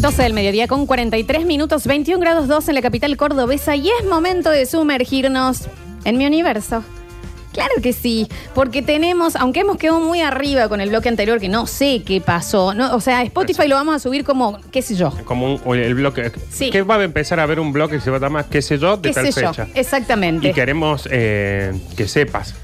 12 del mediodía con 43 minutos, 21 grados 2 en la capital cordobesa y es momento de sumergirnos en mi universo. Claro que sí, porque tenemos, aunque hemos quedado muy arriba con el bloque anterior, que no sé qué pasó, no, o sea, Spotify lo vamos a subir como, qué sé yo, Como un- o el bloque. Sí. Que va a empezar a haber un bloque que se va a llamar qué sé yo de qué tal sé fecha. yo, Eh, exactamente. Y queremos eh, que sepas,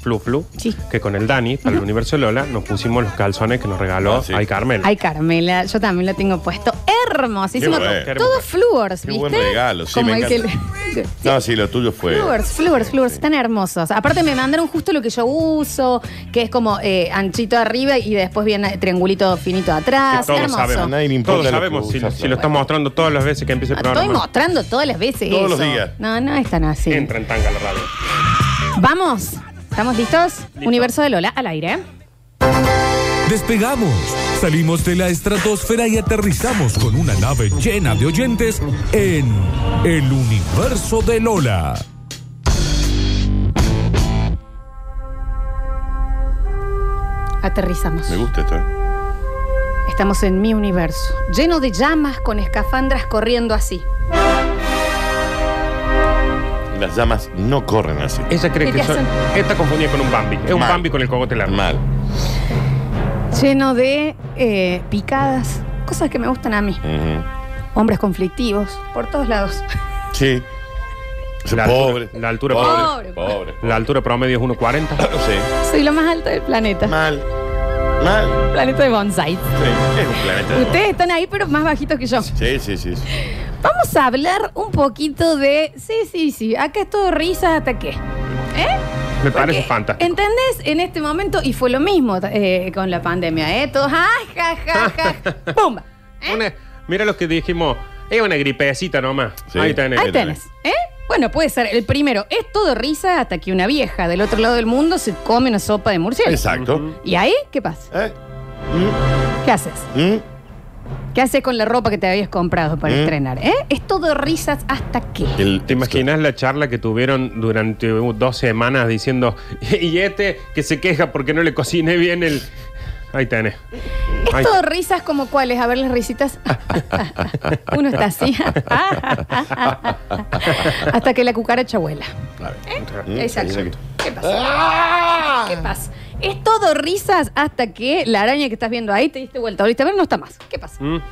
Flu Flu, Sí. que con el Dani, para el universo Lola, nos pusimos los calzones que nos regaló Ah, sí. Ay Carmel. Ay, Carmela, yo también lo tengo puesto. Hermosísimo. Qué bueno. Todos flúors, Qué ¿viste? buen regalo, sí, Como me el encanta. que le- No, sí, lo tuyo fue. Flúors, flúors, flúors, tan hermosos. Aparte me mandaron justo lo que yo uso, que es como eh, anchito arriba y después viene triangulito finito atrás. Que todos ah, hermoso. sabemos. A nadie le importa Todos lo que sabemos si, usas, si Lola. lo estás mostrando todas las veces que empieza el Ah, Estoy programa. mostrando todas las veces. Todos eso. los días. No, no es tan así. Entra en tanga la radio. Vamos, ¿estamos listos? Universo de Lola al aire. ¿eh? Despegamos, salimos de la estratosfera y aterrizamos con una nave llena de oyentes en el universo de Lola. Aterrizamos. Me gusta esto. ¿eh? Estamos en mi universo, lleno de llamas con escafandras corriendo así. Las llamas no corren así. Ella cree ¿Qué que te soy- hacen? está confundida con un Bambi. Es un Mal. Bambi con el cogote largo. Mal. Lleno de eh, picadas, cosas que me gustan a mí. Ujú. Hombres conflictivos, por todos lados. Sí. La pobre. altura- la altura pobre. pobre. Pobre. La altura promedio es 1.40. Sí. Soy lo más alto del planeta. Mal. Mal. Planeta de bonsai. Sí. Es un planeta. de- Ustedes están ahí, pero más bajitos que yo. Sí, sí, sí. Vamos a hablar un poquito de. Sí, sí, sí. Acá es todo risa hasta qué. Me parece Porque, fantástico. ¿Entendés? En este momento, y fue lo mismo eh, con la pandemia, ¿eh? Todos, ¡ay, ja, ja, ja! ¡Pumba! ¿Eh? Una- mira los que dijimos, es una gripecita nomás. Sí. Ahí tenés. Ahí tenés, ¿eh? Bueno, puede ser. El primero, es todo risa hasta que una vieja del otro lado del mundo se come una sopa de murciélago. Exacto. ¿Y ahí qué pasa? ¿Eh? ¿Qué haces? ¿Mm? ¿Qué haces con la ropa que te habías comprado para Mm. estrenar? ¿eh? Es todo risas hasta que. El- ¿Te imaginas la charla que tuvieron durante uh, dos semanas diciendo, y este que se queja porque no le cociné bien el... Ahí E. tenés. Es Ahí todo risas como cuáles, a ver las risitas. Uno está así. Hasta que la cucaracha vuela. A ver. está. Mm, Ah. Exacto. exacto. ¿Qué pasa? ¿Qué pasa? Es todo risas hasta que la araña que estás viendo ahí te diste vuelta. Ahorita a ver, no está más. ¿Qué pasa? Mm.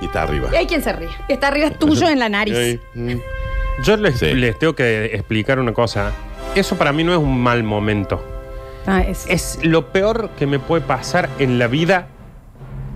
Y está arriba. Y hay quien se ríe. Y está arriba es tuyo en la nariz. Ey, mm. Yo les, Sí. les tengo que explicar una cosa. Eso para mí no es un mal momento. Ah, es- Es lo peor que me puede pasar en la vida.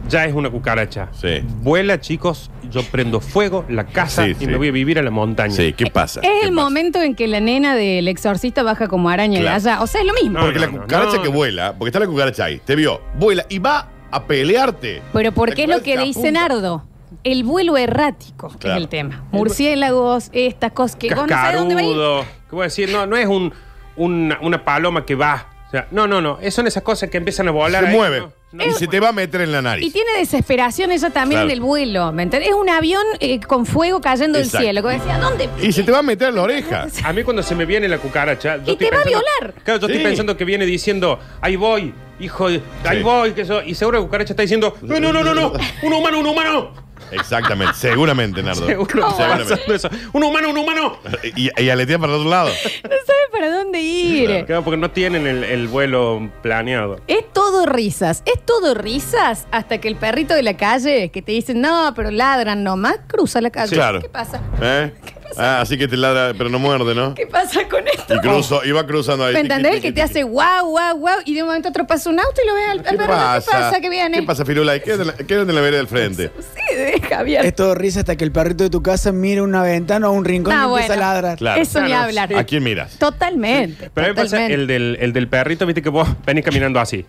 Ya es una cucaracha. Sí. Vuela, chicos. Yo prendo fuego la casa Sí, y sí. me voy a vivir a la montaña. Sí, ¿qué pasa? es ¿Qué el pasa? momento en que la nena del exorcista baja como araña Claro. de allá. O sea, es lo mismo. No, Porque la no, no, cucaracha no, que no. vuela, porque está la cucaracha ahí, te vio, vuela y va a pelearte. Pero porque es La lo que cucaracha dice apunta. Nardo. El vuelo errático Claro. es el tema. Murciélagos, estas cosas que vos no sabés dónde va a ir. Cascarudo. ¿Qué voy a decir? No, no es un, una, una paloma que va. O sea, no, no, no. Es- Son esas cosas que empiezan a volar. Se ahí. mueve No, no, y no. se te va a meter en la nariz. Y tiene desesperación ella también en Claro. el vuelo. ¿me entendés? Es un avión eh, con fuego cayendo del Exacto. cielo. Como decía, ¿dónde? Y se te va a meter en la oreja. A mí cuando se me viene la cucaracha... yo Y estoy te va a pensando- violar. Claro, yo Sí. estoy pensando que viene diciendo, ahí voy, hijo, de- ahí Sí. voy, que eso... Y seguro la cucaracha está diciendo, no, no, no, no, no, un humano, un humano. Exactamente, seguramente, Nardo. Seguro que está Seguramente. pasando eso. Un humano, un humano. Y, y aletea para el otro lado. No sabe para dónde ir. Claro, porque no tienen el, el vuelo planeado. Es todo risas, es todo risas hasta que el perrito de la calle que te dice, no, pero ladran nomás, cruza la calle. Sí, claro. ¿Qué pasa? ¿Eh? Ah, así que te ladra, pero no muerde, ¿no? ¿Qué pasa con esto? Y cruzo, y va cruzando ahí. ¿Me entendés? El que te tiqui, hace guau, guau, guau, y de un momento a otro pasa un auto y lo ve al, al tiqui. ¿Qué perro. ¿Qué pasa que viene? ¿Qué pasa, Firula? Quédate en la- quédate en la vereda del frente. Sí, de Javier. Es todo risa hasta que el perrito de tu casa mira una ventana o un rincón Ah, y empieza bueno. a ladrar. Claro. Eso ni Claro, hablar. sí. ¿A quién miras? Totalmente. Pero a mí me pasa totalmente. el del, el del perrito, viste que vos venís caminando así.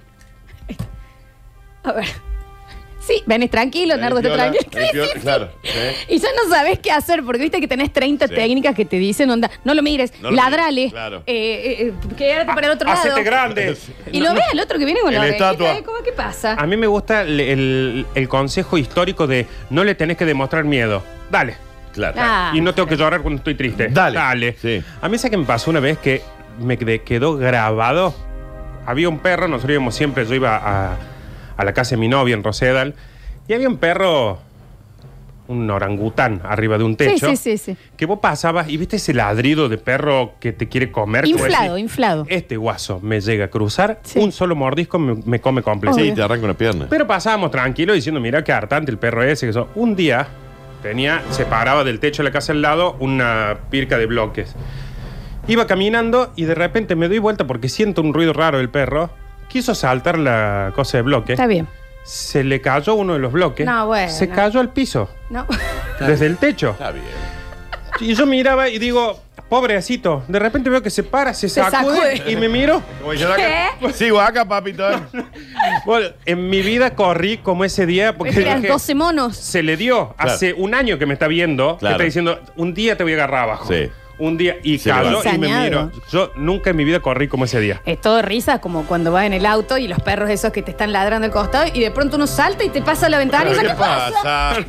A ver. Sí, venís tranquilo, Nardo, Eh, está piola, tranquilo. eh, piola, Claro. ¿eh? Y ya no sabes qué hacer, porque viste que tenés 30 Sí. técnicas que te dicen, onda, no lo mires, No lo ladrale, mires, claro. eh, eh, eh, quédate para el otro lado. Hacete grande. Y lo ve al otro que viene con El la orejita, estatua. ¿eh? ¿Cómo que pasa? A mí me gusta el, el- el consejo histórico de no le tenés que demostrar miedo. Dale. Claro. Ah. y no tengo que llorar cuando estoy triste. Dale. Dale. Sí. A mí sé que me pasó una vez que me quedé- quedó grabado. Había un perro, nosotros íbamos siempre, yo iba a, a la casa de mi novia en Rosedal, y había un perro un orangután arriba de un techo. Sí, sí, sí, sí. Que vos pasabas y viste ese ladrido de perro que te quiere comer. que vos Inflado, decís, inflado. Este guaso me llega a cruzar, Sí. un solo mordisco me, me come completo. Sí, Obvio. te arranca una pierna. Pero pasábamos tranquilos diciendo, mira qué hartante el perro ese. Que eso. Un día tenía, se paraba del techo de la casa al lado una pirca de bloques. Iba caminando y de repente me doy vuelta porque siento un ruido raro del perro. Quiso saltar la cosa de bloque. Está bien. Se le cayó uno de los bloques. No, bueno. Se cayó al piso. No. desde el techo. Está bien. Y yo miraba y digo, pobrecito. De repente veo que se para, se Se sacude, sacude. y me miro. Como yo acá- Sigo acá, papito. ¿eh? Bueno, en mi vida corrí como ese día porque Eran dije, 12 monos. se le dio. Claro. Hace un año que me está viendo, que Claro. está diciendo, un día te voy a agarrar abajo. Sí. Un día, y Sí, cayó verdad. y me Ensañado. miro. Yo nunca en mi vida corrí como ese día. Es todo risa, como cuando vas en el auto y los perros esos que te están ladrando al costado y de pronto uno salta y te pasa a la ventana y ¿Qué ¿qué pasa? pasa?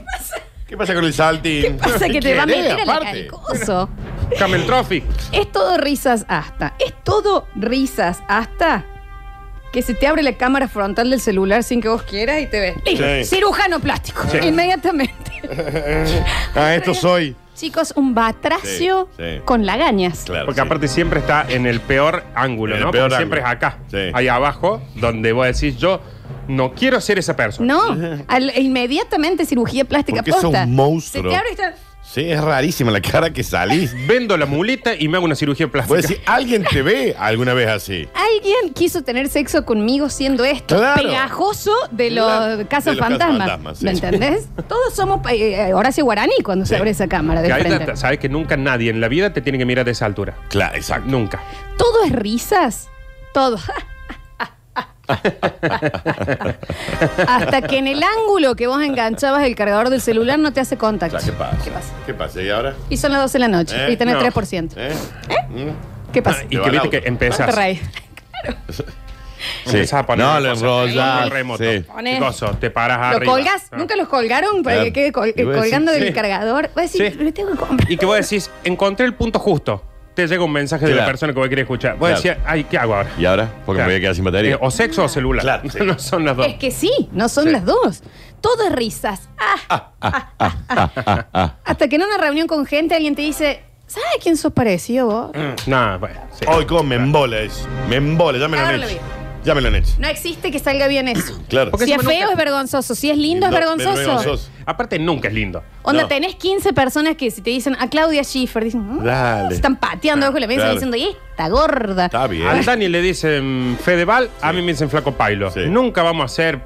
¿Qué pasa con el salting? ¿Qué Pasa que te va a querés, meter al aparte? calcoso. Camel Trophy. Es todo risas hasta. Es todo risas hasta que se te abre la cámara frontal del celular sin que vos quieras y te ves. Listo. Sí. Cirujano plástico. Sí. Inmediatamente. Ah, esto soy. Chicos, un batracio Sí, sí. con lagañas. Claro. Porque sí. aparte siempre está en el peor ángulo, En el ¿no? peor Porque siempre es ángulo. acá, Sí. ahí abajo, donde vos decís, yo no quiero ser esa persona. No, al- inmediatamente cirugía plástica Porque es un posta. monstruo. Se te abre y está- Sí, es rarísima la cara que salís. Vendo la muleta y me hago una cirugía plástica. Voy a decir, ¿alguien te ve alguna vez así? Alguien quiso tener sexo conmigo siendo esto Claro. pegajoso de los Claro, de casos los fantasmas. cazafantasmas, sí. ¿Me entendés? Todos somos eh, eh, Horacio Guaraní cuando se Sí. abre esa cámara de Que ahí frente. ta- sabes que nunca nadie en la vida te tiene que mirar de esa altura. Claro, exacto. Nunca. Todo es risas. Todo. Hasta que en el ángulo que vos enganchabas el cargador del celular no te hace contacto. O sea, ¿qué pasa? ¿Qué pasa? ¿Qué pasa? ¿Y ahora? Y son las 12 de la noche Eh, y tenés no. 3%. ¿Eh? ah, ¿Qué pasa? Y va que el viste auto. que empezás. Te reís. Empezás a poner No, una lo cosa. enrollás, Un remoto. sí. Pones- Qué coso, te paras ¿Lo arriba. colgas? Ah. ¿Nunca los colgaron para Claro. que quede col- Y vos colgando decís, del sí. cargador? Voy a decir, Sí. le tengo que comprar. Y que vos decís, encontré el punto justo. Te llega un mensaje de la Claro. persona que vos querés escuchar. Vos Claro. decías, ay, ¿qué hago ahora? ¿Y ahora? Porque Claro. me voy a quedar sin batería. Eh, o sexo o celular. Claro, sí. no son las dos. Es que sí, no son Sí. las dos. Todo es risas. Ah, Hasta que en una reunión con gente alguien te dice, ¿sabes a quién sos parecido vos? Nada, Mm, bueno. sí. Hoy con me embola eso. Me embola, ya me lo Ahora han lo hecho. Ya me lo han hecho. No existe que salga bien eso. Claro. Porque si es encima feo nunca- es vergonzoso, si es lindo es No, vergonzoso. es vergonzoso. Aparte, nunca es lindo. Onda, No. tenés 15 personas que si te dicen a Claudia Schiffer, dicen, "Mm", Dale. se están pateando ojo, la mesa Claro. diciendo, y esta gorda. Está bien. Al Dani le mm, dicen Fedeval, a mí me dicen Flaco Pailo. Sí. Nunca vamos a ser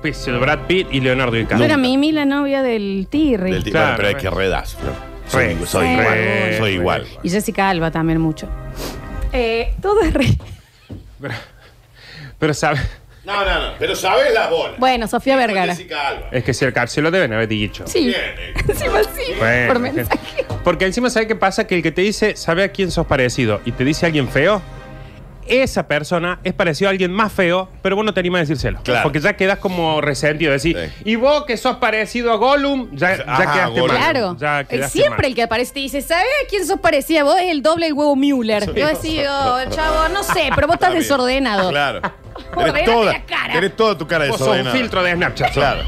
Pizzo, Brad Pitt y Leonardo Yo DiCaprio. era Mimi, la novia del Tirri. Del tipo- Claro. bueno, pero es que redas. ¿no? Re, Soy, soy re, igual. Soy re. igual. Y Jessica Alba también mucho. Eh, todo es re... Pero sabes, No, no, no. Pero sabes la bola. Bueno, Sofía Vergara. Sí, es que si el cárcel lo deben haber dicho. eh, encima sí, Bueno, por gente. mensaje. Porque encima, ¿sabe qué pasa? Que el que te dice, sabe a quién sos parecido y te dice alguien feo, esa persona es parecido a alguien más feo, pero vos no te animas a decírselo. Claro. Porque ya quedas como resentido. Decís, Sí. y vos que sos parecido a Gollum, ya, ya Ajá, quedaste Gollum. mal. Claro. Ya Eh, quedaste Siempre mal. el que aparece te dice, ¿sabes a quién sos parecida? Vos es el doble del huevo Müller. Yo digo, chavo, no sé, pero vos estás bien. desordenado. Claro. Ordenate Tenés toda, la cara. tenés toda tu cara Vos sos un desordenada. filtro de Snapchat. Claro.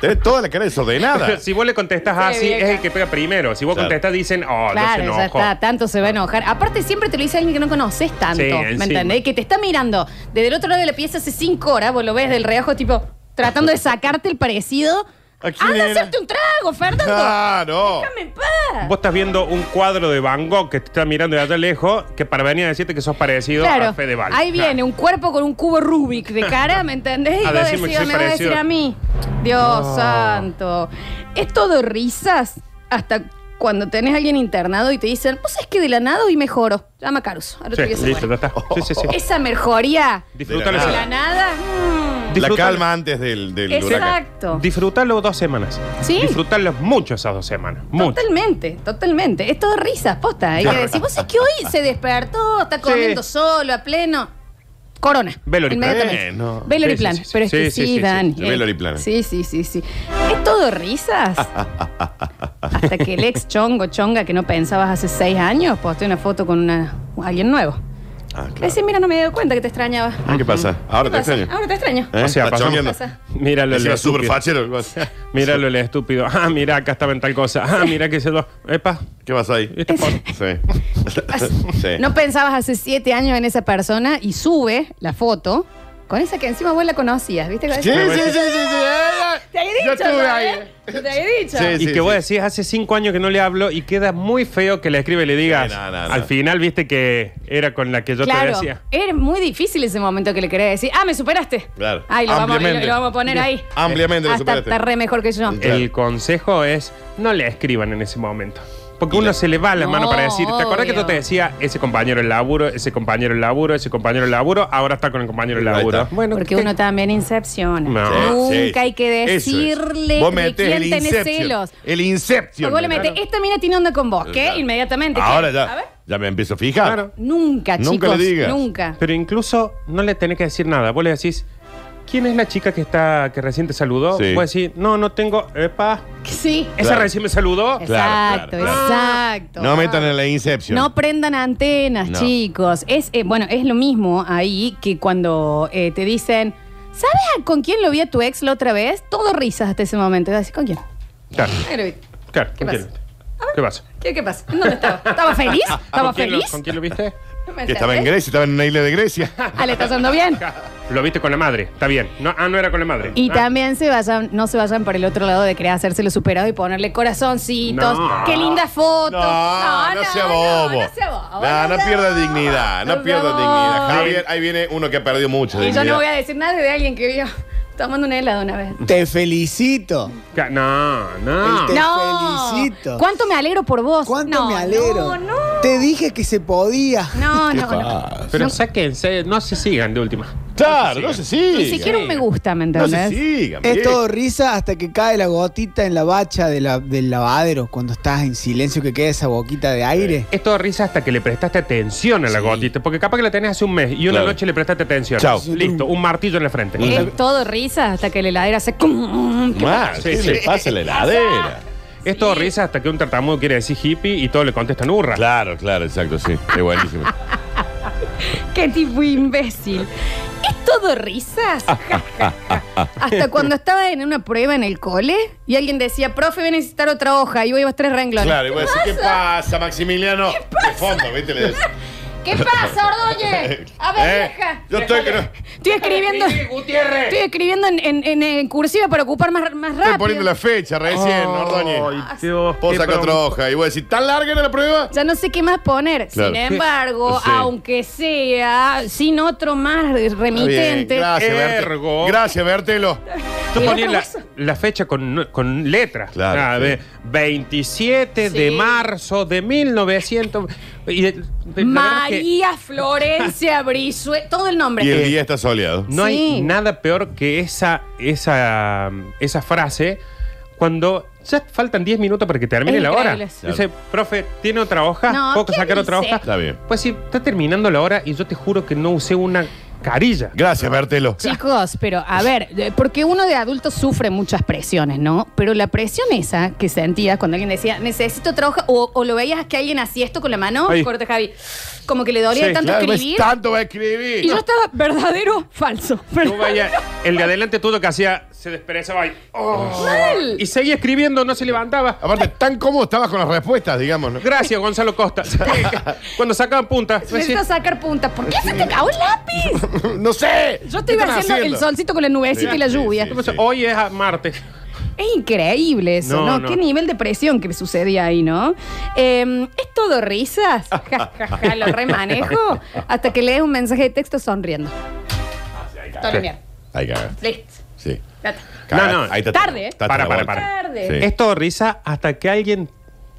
tenés toda la cara desordenada. si vos le contestás así, vieja. es el que pega primero. Si vos Claro. contestás, dicen, oh, Claro, no se ya enojó. está, tanto se va a enojar. Aparte, siempre te lo dice alguien que no conoces tanto, Sí, ¿me encima. entendés? Que te está mirando desde el otro lado de la pieza hace cinco horas, vos lo ves del reajo, tipo, tratando de sacarte el parecido. ¿A quién Anda a era? Ah. hacerte un trago, Fernando. Claro. Déjame en paz. Vos estás viendo un cuadro de Van Gogh que te está mirando de allá lejos, que para venir a decirte que sos parecido a Claro, Fedeval. ahí viene un cuerpo con un cubo Rubik de cara, ¿me entendés? Y A vos decís, decirme que soy me vas a decir parecido. a mí. Dios santo. Es todo risas hasta cuando tenés a alguien internado y te dicen, vos sabés que de la nada y mejoro. Llama a Caruso. Ahora te Sí, voy a hacer listo, bueno. ya está. Sí, sí, sí. Esa mejoría Disfrutalo. De de Ah. la nada. mm, La Disfrutalo. calma antes del, del huracán. Exacto. Disfrutalo dos semanas. Sí. Disfrutarlos mucho esas dos semanas. Mucho. Totalmente, totalmente. Es todo risas, posta. Hay que Claro. decir, vos sabés que hoy se despertó, está comiendo solo, a pleno. Corona. Veloriplan. Inmediatamente. Eh, no. Veloriplan. Sí, sí, sí, Pero es sí, que sí, sí, sí, sí. Dan. El veloriplan. Sí, sí, sí, sí. Es todo risas. Hasta que el ex chongo chonga que no pensabas hace seis años posteó una foto con una, alguien nuevo. Ah, claro. Recién, mira, no me doy cuenta que te extrañaba. Ah, ¿Qué pasa? Ahora ¿Qué te pasa? extraño. Ahora te extraño. ¿Eh? O sea, Está pasamos- chongueando. Pasa. Míralo el Encima súper estúpido. fachero. el guas. Míralo el estúpido. Ah, mira, acá estaba en tal cosa. Ah, mira que se lo. Epa. ¿Qué pasa ahí? este por- Sí. sí. No pensabas hace siete años en esa persona y sube la foto con esa que encima vos la conocías, ¿viste? Con Sí, esa- sí, sí, sí, sí. eh, Te había Yo dicho. estuve ¿no, ahí. eh? Te he dicho. Sí, Y que vos decís, hace cinco años que no le hablo y queda muy feo que le escribe y le digas. Sí, no, no, no. Al final viste que era con la que yo te Claro, decía. es muy difícil ese momento que le querés decir, ah, me superaste. Claro. Ay, lo vamos, Ampliamente. lo vamos a poner ahí. Ampliamente lo Ah, está, superaste. está re mejor que yo. Claro. El consejo es no le escriban en ese momento. Porque uno se le va la No, mano para decir, ¿te acordás que obvio. yo te decía ese compañero el laburo, ese compañero el laburo, ese compañero el laburo, ahora está con el compañero el Ahí laburo? está. Bueno, Porque ¿qué- uno también incepciona. No. Nunca Sí, sí. hay que Eso es. decirle Vos de metés quién el tenés Inception. celos. El Inception. Porque vos le metés, Claro. esta mina tiene onda con vos, ¿qué? Claro. Inmediatamente. ¿qué? Ahora A ver. ya, ya me empiezo a fijar. Claro. Nunca, chicos. Nunca le digas. Nunca. Pero incluso no le tenés que decir nada. Vos le decís, ¿quién es la chica que está que recién te saludó? Sí. Vos decís, no, no tengo. Epa, Sí. esa Claro. recién me saludó. Claro, Exacto, claro, claro. exacto. No metan en la Inception. No prendan antenas, No. chicos. Es eh, bueno, es lo mismo ahí que cuando eh, te dicen, ¿sabes a- con quién lo vi a tu ex la otra vez? Todo risas hasta ese momento. Y vas a decir, ¿con quién? Claro, Ay, claro. ¿Qué ¿con pasa? quién? ¿Qué pasa? ¿Qué, qué pasa? ¿Dónde estaba? ¿Estaba feliz? ¿Estaba ¿Con quién lo- feliz? ¿Con quién lo viste? No me Que estaba en entendés. Grecia, estaba en una isla de Grecia. Ah, le está yendo bien. Lo viste con la madre, está bien. No, ah, no era con la madre. Y Ah. también se vayan, no se vayan por el otro lado de querer hacerse lo superado y ponerle corazoncitos. No. Qué linda foto. No, no, sea bobo. No, no sea bobo. No, no sea pierda bobo. dignidad. No sea pierda bobo. dignidad. Javier, ahí viene uno que ha perdido mucho. Y yo dignidad. no voy a decir nada de alguien que vio tomando un helado una vez. Te felicito. Ca- No, no. El Te no. felicito. ¿Cuánto me alegro por vos? ¿Cuánto No, me alegro? No, no. Te dije que se podía. No, no, no. Pero sáquense, no se sigan de última. Claro, no se siga. Ni siquiera un me gusta, ¿me No entendés? se siga. Es bien. todo risa hasta que cae la gotita en la bacha de la- del lavadero cuando estás en silencio que queda esa boquita de aire. Es todo risa hasta que le prestaste atención a la gotita, porque capaz que la tenés hace un mes y una Claro. noche le prestaste atención. Chao. Listo, un martillo en la frente. Es todo risa hasta que la heladera hace. cum, que- Mar, Sí, ¿qué sí. le pasa a la heladera? Es todo risa hasta que un tartamudo quiere decir hippie y todo le contestan hurra. Claro, claro, exacto, sí. Es buenísimo. Qué tipo imbécil. Es todo risas. Ah, Hasta cuando estaba en una prueba en el cole y alguien decía, profe, voy a necesitar otra hoja y hoy vas tres renglones. Claro, y voy a decir, ¿qué pasa, Maximiliano? De fondo, ¿viste? Le decís. ¿Qué pasa, Ordoñez? A ver, Eh, vieja. Yo estoy que no. Estoy Estoy escribiendo. Estoy escribiendo en, en- en- en cursiva para ocupar más, más rápido. poniendo la fecha recién, Ordóñez. Ah, Ay, Dios, Vos qué saca bronca. otra hoja y voy a decir, ¿tan larga era la prueba? Ya no sé qué más poner. Claro. Sin embargo, Sí. aunque sea sin otro más Está bien, remitente. Gracias, Ergo. Bertelo. Gracias, Bertelo. Tú Y ponías la, otra cosa. la fecha con, con letras. Claro, Ah, sí. ve, 27 de Sí. marzo de 1900. Y, eh, la verdad es que- María Florencia Brisue. Todo el nombre. Eh, Y el día está soleado. No Sí. hay nada peor que esa, esa, esa frase cuando ya faltan 10 minutos para que termine Es la hora. increíble. Dice, profe, ¿tiene otra hoja? No, ¿Puedo ¿quién sacar otra dice? hoja? Está bien. Pues sí, está terminando la hora y yo te juro que no usé una carilla. Gracias, Bertelo. Chicos, pero a ver, eh, porque uno de adulto sufre muchas presiones, ¿no? Pero la presión esa que sentías cuando alguien decía, necesito trabajo, o, o lo veías que alguien hacía esto con la mano, Ahí. corte Javi, como que le dolía Sí, de tanto Claro, ves, escribir. tanto va a escribir. Y yo estaba verdadero, falso. No vaya, el de adelante todo que hacía se desprezaba y, oh. y seguía escribiendo, no se levantaba. Aparte, tan cómodo estabas con las respuestas, digamos. ¿no? Gracias, Gonzalo Costa. Cuando sacaban puntas. Necesito sacar puntas. ¿Por qué se te cagó el lápiz? no sé. Yo estoy haciendo, están el solcito con la nubecita Sí, y la sí, lluvia. sí. Hoy es a martes. Es increíble eso, No, ¿no? no. Qué nivel de presión que sucedía ahí, ¿no? Eh, es todo risas, ja, ja, ja, lo remanejo, hasta que lees un mensaje de texto sonriendo. Todo bien. Ahí cagaste. Listo. Sí. Ya está. Cagaste. No, no. Ahí está. Tarde, ¿eh? Está Para, para, la para. Tarde. Sí. Es todo risa hasta que alguien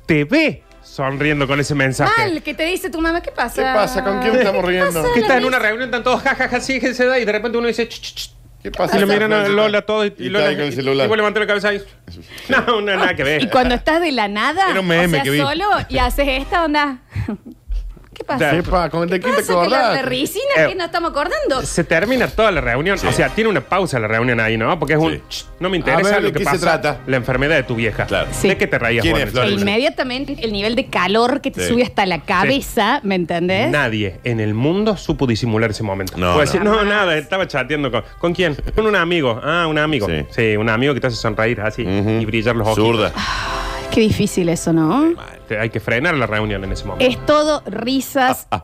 te ve sonriendo con ese mensaje. Mal, que te dice tu mamá, ¿qué pasa? ¿Qué pasa? ¿Con quién estamos riendo? pasa? Que estás en una reunión, están todos jajaja, ja, sí, que se da, y de repente uno dice, "Ch, ch, ch". ¿Qué pasa? y lo miran a Lola todo, y, y está Lola, ahí con el y- celular. y vos levantás la cabeza y... No, no, Ah, nada que ver. Y cuando estás de la nada, Era un meme o sea, que vi. solo y haces esta onda. ¿Qué ¿Qué pasa? De- Epa, con el de ¿Qué quinta pasa con la acordás. berricina Eh. que no estamos acordando? Se termina toda la reunión. O sea, tiene una pausa la reunión ahí, ¿no? Porque es un. Sí. "Ch, No me interesa A ver, ¿de lo que qué pasa. se trata? La enfermedad de tu vieja. Claro. Sí. ¿De qué te reías, ¿Quién es, Juan? Flor? E Flores. inmediatamente el nivel de calor que te Sí. sube hasta la cabeza, ¿me entendés? Nadie en el mundo supo disimular ese momento. No, Puede no. decir, no, nada, estaba chateando con. ¿Con quién? Con un amigo. Ah, un amigo. Sí, Sí. un amigo que te hace sonreír así Ujú. y brillar los ojos. Zurda. Qué difícil eso, ¿no? Hay que frenar la reunión en ese momento. Es todo risas. Ah,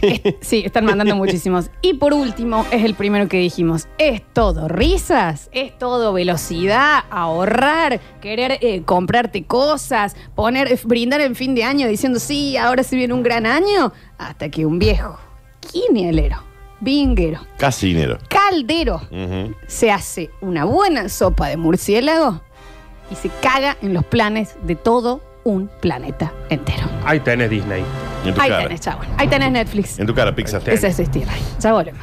Es- sí, están mandando muchísimos. Y por último, es el primero que dijimos. Es todo risas, es todo velocidad, ahorrar, querer eh, comprarte cosas, poner, eh, brindar en fin de año diciendo, sí, ahora sí viene un gran año. Hasta que un viejo, quinielero, vinguero, Casi dinero. caldero, Ujú. se hace una buena sopa de murciélago y se caga en los planes de todo un planeta entero. Ahí tenés Disney. En tu Ahí cara. tenés, chabón. Ahí tenés Netflix. En tu cara, Pixar. Ahí tenés. Esa es Steve. Ya volvemos.